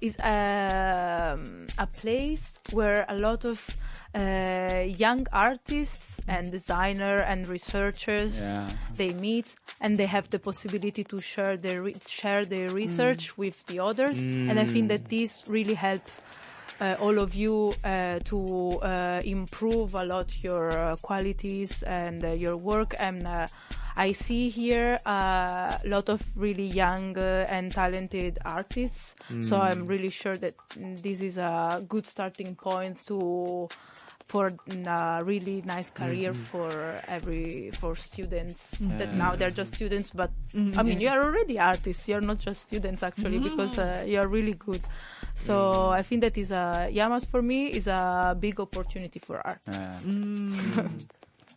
Speaker 4: is um, a place where a lot of uh, young artists and designer and researchers
Speaker 1: Yeah.
Speaker 4: they meet and they have the possibility to share their re- share their research with the others and i think that this really help uh, all of you uh, to uh, improve a lot your uh, qualities and uh, your work and uh, i see here a lot of really young uh, and talented artists so i'm really sure that mm, this is a good starting point to for mm, a really nice career for every for students that now they're just students but i mean you are already artists you're not just students actually because uh, you're really good so i think that is a yamas for me is a big opportunity for art
Speaker 1: Uh,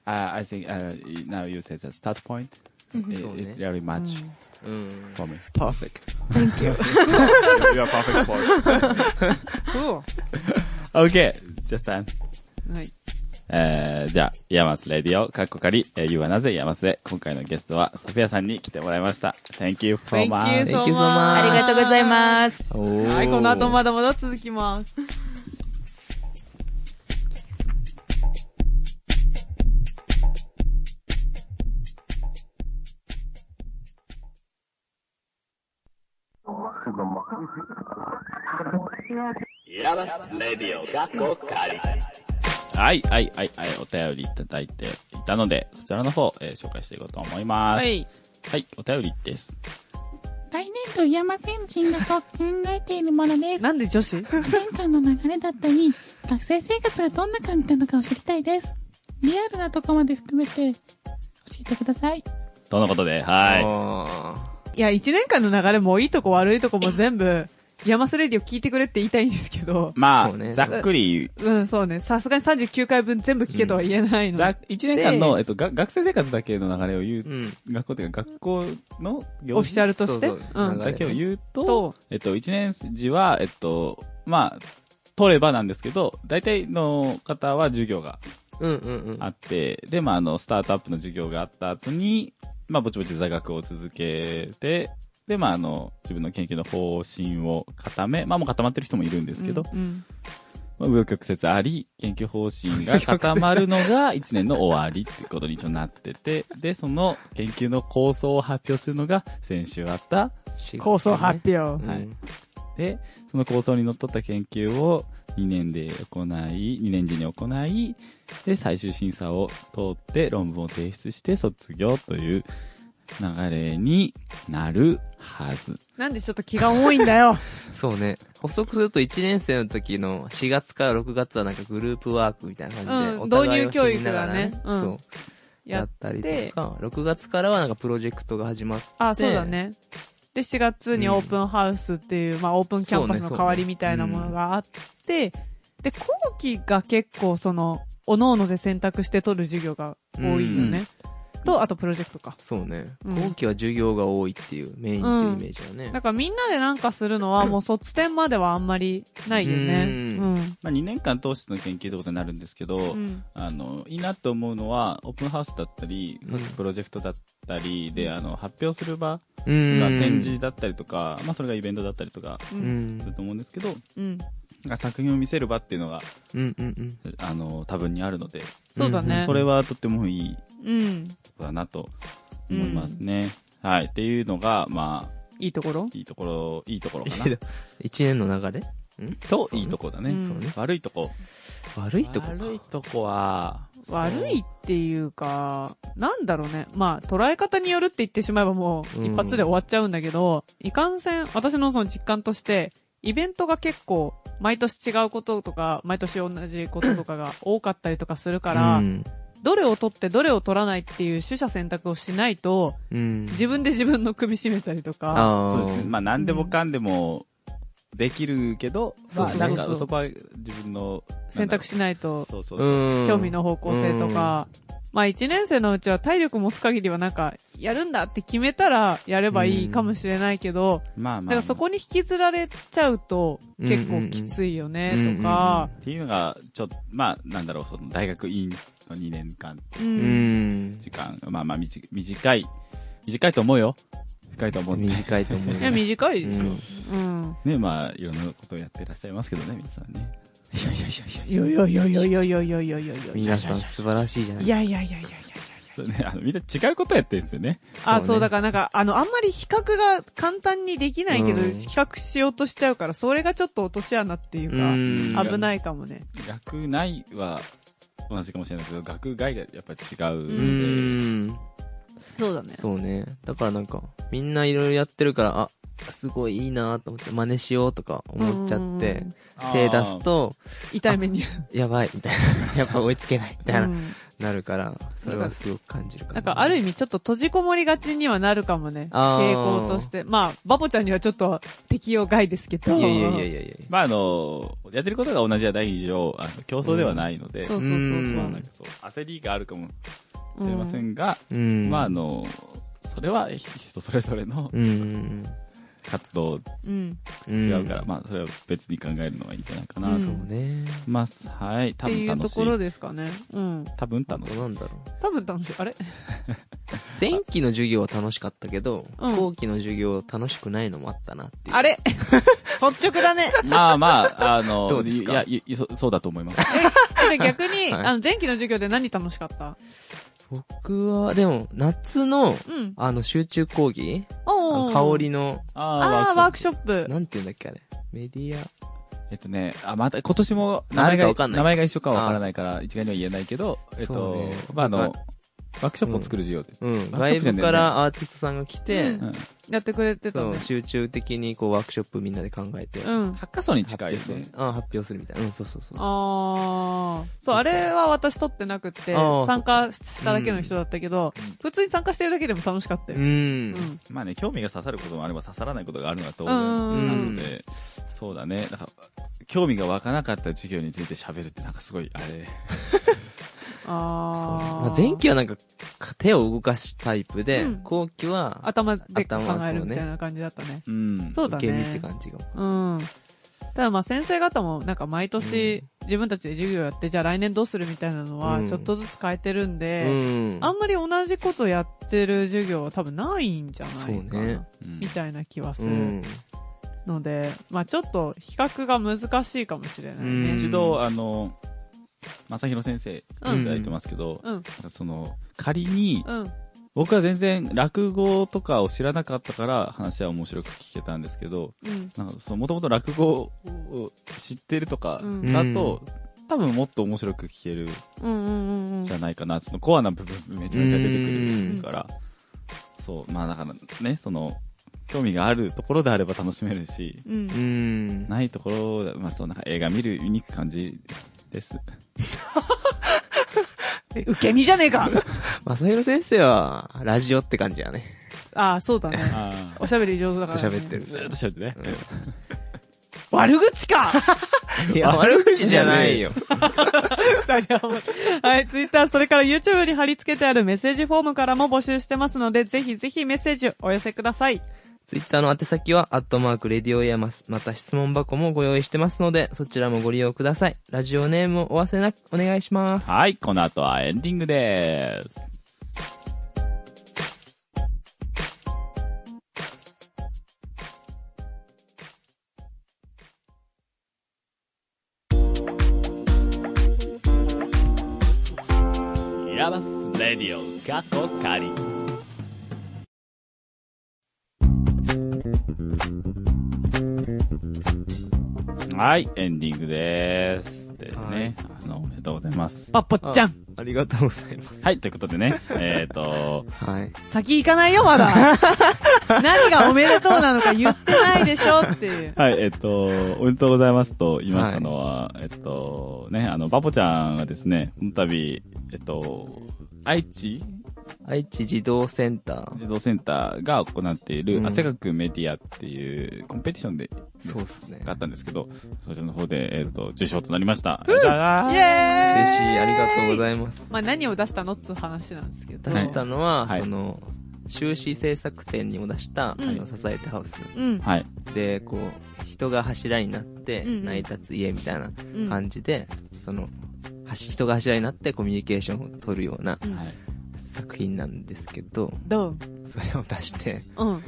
Speaker 1: uh, I think uh, y- now you said the start point.
Speaker 2: So,
Speaker 1: It, it
Speaker 2: yeah.
Speaker 1: really much
Speaker 2: うん。
Speaker 1: for me.
Speaker 2: パーフェクト。
Speaker 1: you are perfect for. okay, just time.
Speaker 3: はい。
Speaker 7: えー、じゃあ、イヤマスレディオ、カッコカリ、えー、ゆうはなぜイヤマスで、今回のゲストはソフィアさんに来てもらいました。Thank you so much.
Speaker 3: Thank you so
Speaker 2: Thank you so much.
Speaker 3: Ah.
Speaker 2: ありが。
Speaker 4: Arigatogozaimasu.
Speaker 3: はい、この後まだまだ続きます。
Speaker 1: はい、はい、はい、はい、お便りいただいていたので、そちらの方、えー紹介していこうと思います。
Speaker 3: は
Speaker 1: はい、
Speaker 3: い。
Speaker 1: お便りです。
Speaker 8: 来年度山先人が考えているものです。
Speaker 3: なんで女子
Speaker 8: 1年間の流れだったり、学生生活がどんな感じなのかを知りたいです。リアルなとこまで含めて教えてください。
Speaker 1: とのことで、はい
Speaker 3: いや、一年間の流れもいいとこ悪いとこも全部、ヤマスレディオ聞いてくれって言いたいんですけど
Speaker 1: い。。まあ、
Speaker 2: そうね
Speaker 1: ざっくり
Speaker 3: うん、そうね。さすがに39回分全部聞けとは言えないの。
Speaker 1: ざ一年間の、えっと、が学生生活だけの流れを言う、
Speaker 2: うん。
Speaker 1: 学校というか学校の
Speaker 3: オフィシャルとして。。
Speaker 2: そううそうん
Speaker 1: だけを言うと、
Speaker 3: と、
Speaker 1: えっと、一年時は、えっと、まあ、取ればなんですけど、大体の方は授業が
Speaker 2: うんうんうん。
Speaker 1: あって、で、まあ、あの、スタートアップの授業があった後に、まあ、ぼちぼち座学を続けて、で、まあ、あの、自分の研究の方針を固め、まあ、もう固まってる人もいるんですけど、
Speaker 3: うん
Speaker 1: まあ、右翼曲折あり、研究方針が固まるのが1年の終わりってことに一応なってて、で、その研究の構想を発表するのが先週あった。
Speaker 2: 仕事ね
Speaker 3: 構想発表。
Speaker 1: は
Speaker 2: う
Speaker 1: い
Speaker 2: ん
Speaker 1: で、その構想にのっとった研究を2年で行い、2年時に行い、で、最終審査を通って論文を提出して卒業という流れになるはず。
Speaker 3: なんでちょっと気が重いんだよ。
Speaker 2: そうね。補足すると1年生の時の4月から6月はなんかグループワークみたいな感じで、
Speaker 3: うん
Speaker 2: お互いを知りながら
Speaker 3: 導入教育だねうん
Speaker 2: そう。や
Speaker 3: や
Speaker 2: っ
Speaker 3: った
Speaker 2: り
Speaker 3: て
Speaker 2: とか、6月からはなんかプロジェクトが始まって、
Speaker 3: あ、そうだね。で、4月にオープンハウスっていう、まあ、オープンキャンパスの代わりみたいなものがあって、で、後期が結構、その、おのおので選択して取る授業が多いよね。と、あとプロジェクトか。
Speaker 2: そうね。
Speaker 3: うん
Speaker 2: 後期は授業が多いっていう、メインっていうイメージだね。
Speaker 3: だからみんなでなんかするのは、もう卒点まではあんまりないよね。
Speaker 2: う
Speaker 3: うん。
Speaker 1: まあ、2年間通しての研究ということになるんですけど、
Speaker 3: うん。
Speaker 1: あの、いいなと思うのは、オープンハウスだったり、
Speaker 2: うん
Speaker 1: 各プロジェクトだったりで、あの、発表する場
Speaker 2: うん
Speaker 1: が展示だったりとか、まあ、それがイベントだったりとか
Speaker 3: う。
Speaker 2: うんん
Speaker 1: すると思うんですけど、
Speaker 3: うん。
Speaker 1: なんか作品を見せる場っていうのが、
Speaker 2: うんうんうん。
Speaker 1: あの、多分にあるので、
Speaker 3: そうだね。
Speaker 1: それはとってもいい
Speaker 3: うん。
Speaker 1: ことだなと思いますね。はい。っていうのが、まあ、
Speaker 3: いいところ
Speaker 1: いいところ、いいところか
Speaker 2: いい
Speaker 1: な。
Speaker 2: 1年の流れん
Speaker 1: と、いいとこだね。
Speaker 3: そうね
Speaker 1: 悪いとこ。
Speaker 2: 悪いとこか。
Speaker 1: 悪いとこは、
Speaker 3: 悪いっていうか、なんだろうね。まあ、捉え方によるって言ってしまえばも
Speaker 2: うん
Speaker 3: う、一発で終わっちゃうんだけど、いかんせん、私のその実感として、イベントが結構、毎年違うこととか、毎年同じこととかが多かったりとかするから、
Speaker 2: うん
Speaker 3: どれを取ってどれを取らないっていう取捨選択をしないと、
Speaker 2: うん。
Speaker 3: 自分で自分の首絞めたりとか、
Speaker 2: ああ。
Speaker 1: そうですね。まあ、何でもかんでも、できるけど、
Speaker 3: そうそうそうそう
Speaker 1: まあなんか、そこは自分の、
Speaker 3: 選択しないと、
Speaker 1: そうそうそう。
Speaker 2: うん。
Speaker 3: 興味の方向性とか、まあ一年生のうちは体力持つ限りはなんか、やるんだって決めたらやればいいかもしれないけど、
Speaker 1: まあまあ、
Speaker 3: だからそこに引きずられちゃうと
Speaker 2: うん
Speaker 3: 結構きついよねとか、
Speaker 1: っていうのが、ちょっと、まあ、なんだろう、その大学院の2年間、
Speaker 3: うん
Speaker 2: うん。うん。
Speaker 1: 時間、まあまあ、みじ短い、短いと思うよ。深いと思うんで。
Speaker 2: 短いと思う。
Speaker 3: いや短いでしょ、うん
Speaker 1: ね、まあ、いろんなことをやってらっしゃいますけどね、皆さんね。いやいやいやいや
Speaker 3: いやいやいやいやいやいやいやいやいやいやいや
Speaker 2: 皆さん素晴らしいじゃない
Speaker 3: いやいやいやいや
Speaker 1: そうね、あの、みんな違うことやってるんですよね。
Speaker 3: あ、そうだ
Speaker 2: か
Speaker 3: からなんか、あの、あんまり比較が簡単にできないけど、
Speaker 2: うん
Speaker 3: 比較しようとしちゃうから、それがちょっと落とし穴っていう
Speaker 2: う
Speaker 3: か、
Speaker 2: ん。
Speaker 3: 危ないかもね。
Speaker 1: 学内は同じかもしれないけど、学外がやっぱ違うの
Speaker 2: う
Speaker 1: で、
Speaker 2: ん。
Speaker 3: そうだね。
Speaker 2: そうね。だからなんか、みんないろいろやってるから、あ、すごいいいなと思って、真似しようとか思っちゃ
Speaker 3: うん
Speaker 2: っ
Speaker 3: うんう
Speaker 2: て
Speaker 3: ん、
Speaker 2: 手出すと、
Speaker 3: 痛い目に。
Speaker 2: やばい、みたいな。 やっぱ追いつけない、みたいな、
Speaker 3: うん
Speaker 2: なるから、それはすごく感じるか
Speaker 3: なんかある意
Speaker 2: 味、
Speaker 3: 味ちょっと閉じこもりがちにはなるかもね。
Speaker 2: あー
Speaker 3: 傾向として。まあ、バボちゃんにはちょっと適用外ですけ
Speaker 2: い
Speaker 3: ど。
Speaker 2: やいやいやいやいや。
Speaker 1: まあ、あの、やってることが同じはない以上、あの競争ではないので、
Speaker 3: そう
Speaker 1: ま
Speaker 3: そうそう
Speaker 2: うん
Speaker 3: そ
Speaker 1: あ
Speaker 3: う
Speaker 1: なんかそう、焦りがあるかも
Speaker 3: う
Speaker 1: しれませんが、
Speaker 2: うん。
Speaker 1: まあ、あの、それは人それぞれの
Speaker 2: うん。
Speaker 1: 活動
Speaker 3: うん。
Speaker 1: 違うから、まあ、それは別に考えるのはいいんじゃないかなと
Speaker 3: うん
Speaker 1: 思
Speaker 2: そうね。
Speaker 1: います。はい。
Speaker 3: っ
Speaker 1: 多
Speaker 3: て
Speaker 1: 分
Speaker 3: いう
Speaker 1: 楽
Speaker 3: と
Speaker 1: し
Speaker 3: ころ
Speaker 1: い。
Speaker 3: ですかね。うん。
Speaker 1: 多分
Speaker 2: あ
Speaker 1: 楽し
Speaker 2: と
Speaker 1: い。
Speaker 2: なんだろう。
Speaker 3: 多分楽しい。あれ
Speaker 2: 前期の授業は楽しかったけど、
Speaker 3: うん
Speaker 2: 後期の授業楽しくないのもあったなっていう。
Speaker 3: あれ 率直だね。
Speaker 1: まあまあ、あの、
Speaker 2: どうですか
Speaker 1: いやいいそ、そうだと思います。
Speaker 3: で逆に、
Speaker 2: はい
Speaker 3: あの、前期の授業で何楽しかった
Speaker 2: 僕は、でも、夏の、
Speaker 3: うん。
Speaker 2: あの、集中講義あ
Speaker 3: お
Speaker 2: の
Speaker 3: ー
Speaker 2: 香。りの、
Speaker 3: あ
Speaker 1: あ
Speaker 3: あー、ワークショッ プ。
Speaker 2: なんて言うんだっけあれ。メディア。
Speaker 1: えっとね、あ、また、今年も名前
Speaker 2: なんか
Speaker 1: が
Speaker 2: わかんない
Speaker 1: 名前が一緒かわからないから、一概には言えないけど、えっ
Speaker 2: そう
Speaker 1: と、
Speaker 2: ね
Speaker 1: まあ、あの、
Speaker 2: な
Speaker 1: ワ
Speaker 2: ん
Speaker 1: ークショップを作る授業って。
Speaker 2: うん。
Speaker 1: ワークショップ
Speaker 2: 外
Speaker 1: じゃねえんだよね
Speaker 2: 部からアーティストさんが来て、
Speaker 3: うん
Speaker 1: うん
Speaker 3: やってくれてた
Speaker 2: そ
Speaker 3: ね
Speaker 2: う、。集中的にこうワークショップみんなで考えて、
Speaker 3: う
Speaker 2: 発
Speaker 3: ん。
Speaker 1: ハッカソンに近い
Speaker 2: 表
Speaker 1: です
Speaker 2: する
Speaker 1: ね。。
Speaker 2: あ発表するみたいな。うん、そうそうそう。
Speaker 3: ああ。そう、あれは私撮ってなくって
Speaker 2: あー、
Speaker 3: 参加しただけの人だったけど、普通に参加してるだけでも楽しかった
Speaker 2: う
Speaker 3: よ。
Speaker 2: ん。
Speaker 1: まあね、興味が刺さることもあれば刺さらないことがあるなと
Speaker 3: う。
Speaker 1: 思う。
Speaker 2: うん
Speaker 1: ので、そうだね。なんか、興味が湧かなかった授業について喋るってなんかすごい、あれ。
Speaker 2: そう
Speaker 3: あ
Speaker 2: ま
Speaker 3: あ
Speaker 2: あ。前期はなんか、手を動かすタイプで、
Speaker 3: うん
Speaker 2: 後期は、
Speaker 3: 頭で考
Speaker 2: 頭
Speaker 3: え
Speaker 2: そ
Speaker 3: る
Speaker 2: う
Speaker 3: み
Speaker 2: ね
Speaker 3: たいな感じだったね。
Speaker 1: うん。
Speaker 3: そうだ
Speaker 2: 受け身って
Speaker 3: ね。
Speaker 2: 感じが。
Speaker 3: うん。ただまあ先生方もなんか毎年自分たちで授業やって、じゃあ来年どうするみたいなの
Speaker 2: う
Speaker 3: は
Speaker 2: ん
Speaker 3: ちょっとずつ変えてるん
Speaker 2: う
Speaker 3: で、
Speaker 2: ん。
Speaker 3: あんまり同じことやってる授業は多分ないんじゃないか
Speaker 2: そう
Speaker 3: な、
Speaker 2: ね
Speaker 1: うん
Speaker 3: みたいな気はす
Speaker 2: う
Speaker 3: る
Speaker 2: ん。
Speaker 3: ので、まあちょっと比較が難しいかもしれない
Speaker 2: うん
Speaker 3: ね。
Speaker 1: 一度、あの、正弘先生、いただいてますけど、
Speaker 3: うん、
Speaker 1: その、仮に、
Speaker 3: うん、
Speaker 1: 僕は全然落語とかを知らなかったから話は面白く聞けたんですけど、
Speaker 3: うん。
Speaker 1: なんかそのもともと落語を知ってるとか
Speaker 3: うん
Speaker 1: だと、多分もっと面白く聞ける
Speaker 3: うんうんうんうん
Speaker 1: じゃないかな。そのコアな部分めちゃめちゃ出てくるから。そう、まあだからね、その、興味があるところであれば楽しめるし、
Speaker 3: うん
Speaker 2: う。ん。
Speaker 1: ないところだ、まあそう、なんか映画見る、見に行く感じです。
Speaker 3: え受け身じゃねえか
Speaker 2: まさひろ先生は、ラジオって感じやね。
Speaker 3: ああ、そうだね。
Speaker 1: あ
Speaker 3: おしゃべり上手だから、ね。
Speaker 2: 喋ってる
Speaker 1: ずーっと喋ってね。
Speaker 3: 悪口か
Speaker 2: いや、悪口じゃないよ。
Speaker 3: はい、ツイッター、それから YouTube に貼り付けてあるメッセージフォームからも募集してますので、ぜひぜひメッセージをお寄せください。
Speaker 2: ツイッターの宛先は、アットマーク、レディオイヤマス。また質問箱もご用意してますので、そちらもご利用ください。ラジオネームをお忘れなく、お願いします。
Speaker 1: はい、この後はエンディングです。ヤバスレディオ過去仮はい、エンディングです。でね、あの、おめでとうございます。
Speaker 3: パッポッちゃん、
Speaker 2: ありがとうございます。
Speaker 1: はい、ということでね、 えっ、と、
Speaker 2: はい。
Speaker 3: 先行かないよ、ま だ。何がおめでとうなのか言ってないでしょって いう。
Speaker 1: はい、えっ、と、おめでとうございますと言いましたのは、えっ、と、ね、あの、バポちゃんがですね、この度、えっ、と、愛知
Speaker 2: 愛知児童センター。
Speaker 1: 児童センターが行っている、
Speaker 2: うん
Speaker 1: 汗かくメディアっていうコンペティションで、
Speaker 2: そうっすね。
Speaker 1: があったんですけど、そちらの方で、えっ、と、受賞となりました。じゃ
Speaker 3: イ
Speaker 1: あ
Speaker 3: エーイ
Speaker 2: 嬉しい、ありがとうございます。
Speaker 3: まあ何を出したのっつう話なんですけど。
Speaker 2: 出したのは、
Speaker 1: はい
Speaker 2: その、修士制作展にも出した、
Speaker 3: うん
Speaker 2: あの、支えてハウス。
Speaker 3: うん。
Speaker 1: はい、
Speaker 2: で、こう、人が柱になって、
Speaker 3: うんうん
Speaker 2: 成り立つ家みたいな
Speaker 3: うん
Speaker 2: 感じで、その、はし人が柱になってコミュニケーションを取るような
Speaker 3: うん
Speaker 1: はい。
Speaker 2: 作品なんですけど、
Speaker 3: どう
Speaker 2: それを出して、
Speaker 3: うん。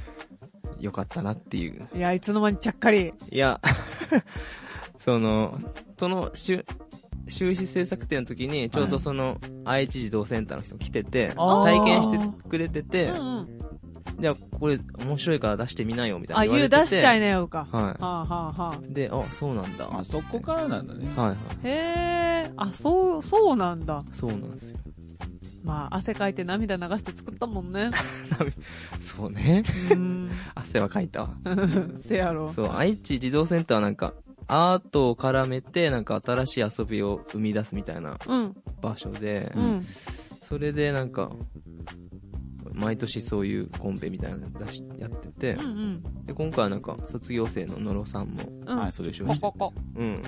Speaker 2: よかったなっていう。
Speaker 3: いや、いつの間にちゃっかり。
Speaker 2: いや、 その、その、修修士制作展の時に、ちょうどその、愛知児童センターの人来てて、
Speaker 3: あー
Speaker 2: 体験してくれて
Speaker 3: う
Speaker 2: て、
Speaker 3: んうん。
Speaker 2: じゃあこれ面白いから出してみなよ、みたいな
Speaker 3: あ、
Speaker 2: 言わ
Speaker 3: 言
Speaker 2: れ
Speaker 3: う
Speaker 2: て
Speaker 3: 出
Speaker 2: て。
Speaker 3: しちゃいなよか。
Speaker 2: は
Speaker 3: はあ、はあはあ、
Speaker 2: い。で、あ、そうなんだ。
Speaker 1: あそこからなんだね。
Speaker 2: はいはい。
Speaker 3: へえ、あ、そう、そうなんだ。
Speaker 2: そうなんですよ。
Speaker 3: まあ、汗かいて涙流して作ったもんね。
Speaker 2: そうね。
Speaker 3: うん。
Speaker 2: 汗はかいたわ。
Speaker 3: せやろ。
Speaker 2: そう、愛知児童センターはなんか、アートを絡めて、なんか新しい遊びを生み出すみたいな
Speaker 3: うん、
Speaker 2: 場所で、
Speaker 3: うん。
Speaker 2: それでなんか、毎年そういうコンペみたいなの出しやってて
Speaker 3: う、ん
Speaker 2: で、今回はなんか、卒業生の野呂さんも、
Speaker 3: うん。う
Speaker 1: は
Speaker 3: ん
Speaker 1: い、。そうでしょ
Speaker 3: コココ。
Speaker 2: うん。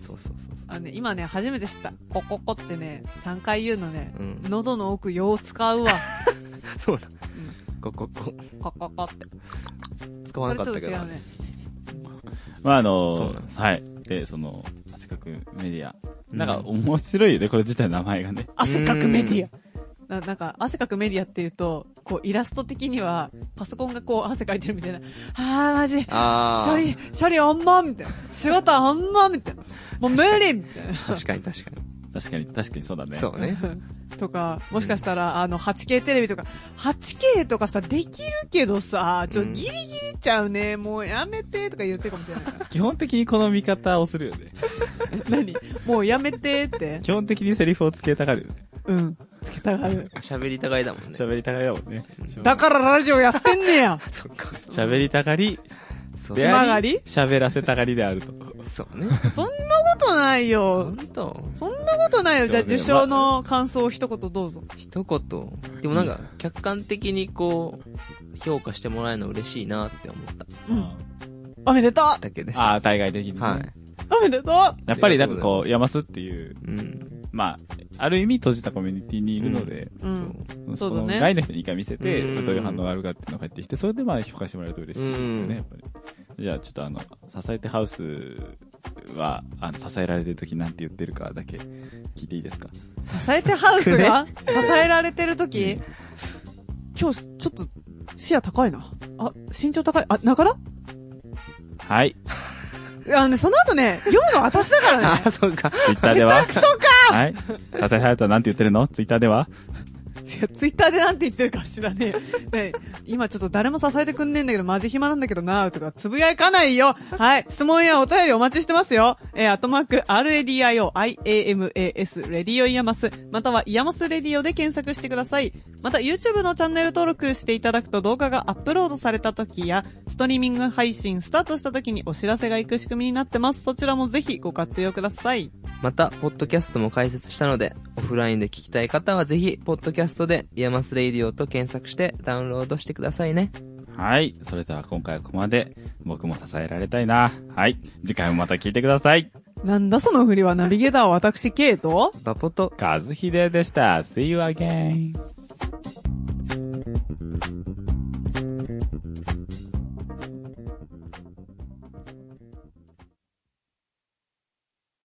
Speaker 2: そうそうそうそ
Speaker 3: あのね、今ね、初めて知った。コココってね、3回言うのね、
Speaker 2: う。うん。
Speaker 3: 喉の奥よう使うわ。
Speaker 2: そうだ。ここ、こ、
Speaker 3: コココって。
Speaker 2: 使
Speaker 3: そ
Speaker 2: わ
Speaker 3: れ
Speaker 2: な
Speaker 3: ち
Speaker 2: か
Speaker 3: ょっ
Speaker 2: った
Speaker 3: と
Speaker 2: けど
Speaker 3: 違。うね。
Speaker 1: まあ、あ
Speaker 2: そう
Speaker 1: の
Speaker 2: なんで、す
Speaker 1: はい。で、その、汗かくメディア。なんか
Speaker 2: う
Speaker 1: 面白いよね、これ自体名前がね。
Speaker 3: 汗かくメディア。ななんか、汗かくメディアっていうと、こう、イラスト的には、パソコンがこう、汗かいてるみたいな。あー、マジ。
Speaker 2: あー。
Speaker 3: 処理、処理あんまみたいな。仕事あんまみたいな。もう無理みたいな。
Speaker 2: 確かに確かに。
Speaker 1: 確かに、確かにそうだね。
Speaker 2: そう ね。
Speaker 3: とか、もしかしたら、あの、8K テレビとか、8K とかさ、できるけどさ、ちょ、
Speaker 2: うん
Speaker 3: ギリギリちゃうね、もうやめて、とか言ってるかもしれないから。
Speaker 1: 基本的にこの見方をするよね。
Speaker 3: 何もうやめてって。
Speaker 1: 基本的にセリフをつけたがるよね。
Speaker 3: うん。つけたがる。
Speaker 2: 喋りたがりだもんね。
Speaker 1: 喋りたがりだもんね。
Speaker 3: だからラジオやってんねや
Speaker 2: そっか。
Speaker 1: 喋りたがり、
Speaker 2: そう
Speaker 3: つまがり
Speaker 1: 喋らせたがりであると。
Speaker 2: そうね。
Speaker 3: そんなことないよ
Speaker 2: 本。当
Speaker 3: そんなことないよ。じゃあ、
Speaker 2: でも
Speaker 3: 受
Speaker 2: ね
Speaker 3: 賞の感想を一言どうぞ。
Speaker 2: 一言。でもなんか、客観的にこう、評価してもらえるの嬉しいなって思った
Speaker 3: うん。おめでとう
Speaker 2: だけです。
Speaker 1: ああ、対外的にね。
Speaker 2: はい。
Speaker 3: おめでとう
Speaker 1: やっぱりなんかこう、山すっていう、
Speaker 2: うん。
Speaker 1: まあ、ある意味閉じたコミュニティにいるので、
Speaker 2: そ
Speaker 3: う。。
Speaker 2: うん
Speaker 1: そ
Speaker 3: そうだ
Speaker 1: の
Speaker 3: ね
Speaker 1: 外の人に一回見せて、
Speaker 2: うん
Speaker 1: どういう反応があるかっていうのが返ってきて、それでまあ評価してもらえると嬉しいです
Speaker 2: うん
Speaker 1: ね、やっぱり。じゃあちょっとあの、支えてハウスは、あの、支えられてる時なんて言ってるかだけ聞いていいですか
Speaker 3: 支えてハウスが支えられてる時今日、ちょっと、視野高いな。あ、身長高い。あ、中田
Speaker 1: はい。
Speaker 3: あのね、その後ね、読むの私だからね
Speaker 2: あ。あ、そうか。
Speaker 1: ツイッターでは
Speaker 3: クソか
Speaker 1: はい。支えハウスはなんて言ってるのツイッターではい
Speaker 3: や、ツイッターでなんて言ってるか知らねえよ。ねえ今ちょっと誰も支えてくんねえんだけど、マジ暇なんだけどなとか、つぶやかないよ。はい。質問やお便りお待ちしてますよ。えー、アットマーク、RADIO、IAMAS、レディオイヤマス、またはイヤマスレディオで検索してください。また、YouTube のチャンネル登録していただくと動画がアップロードされた時や、ストリーミング配信スタートした時にお知らせが行く仕組みになってます。そちらもぜひご活用ください。
Speaker 2: また、ポッドキャストも開設したので、オフラインで聞きたい方はぜひ、ポッドキャストで、イヤマスレイディオと検索してダウンロードしてくださいね。
Speaker 1: はい。それでは今回はここまで。僕も支えられたいな。はい。次回もまた聞いてください。
Speaker 3: なんだその振りはナビゲーターは私、ケイト
Speaker 2: バポと、
Speaker 1: カズヒデでした。See you again.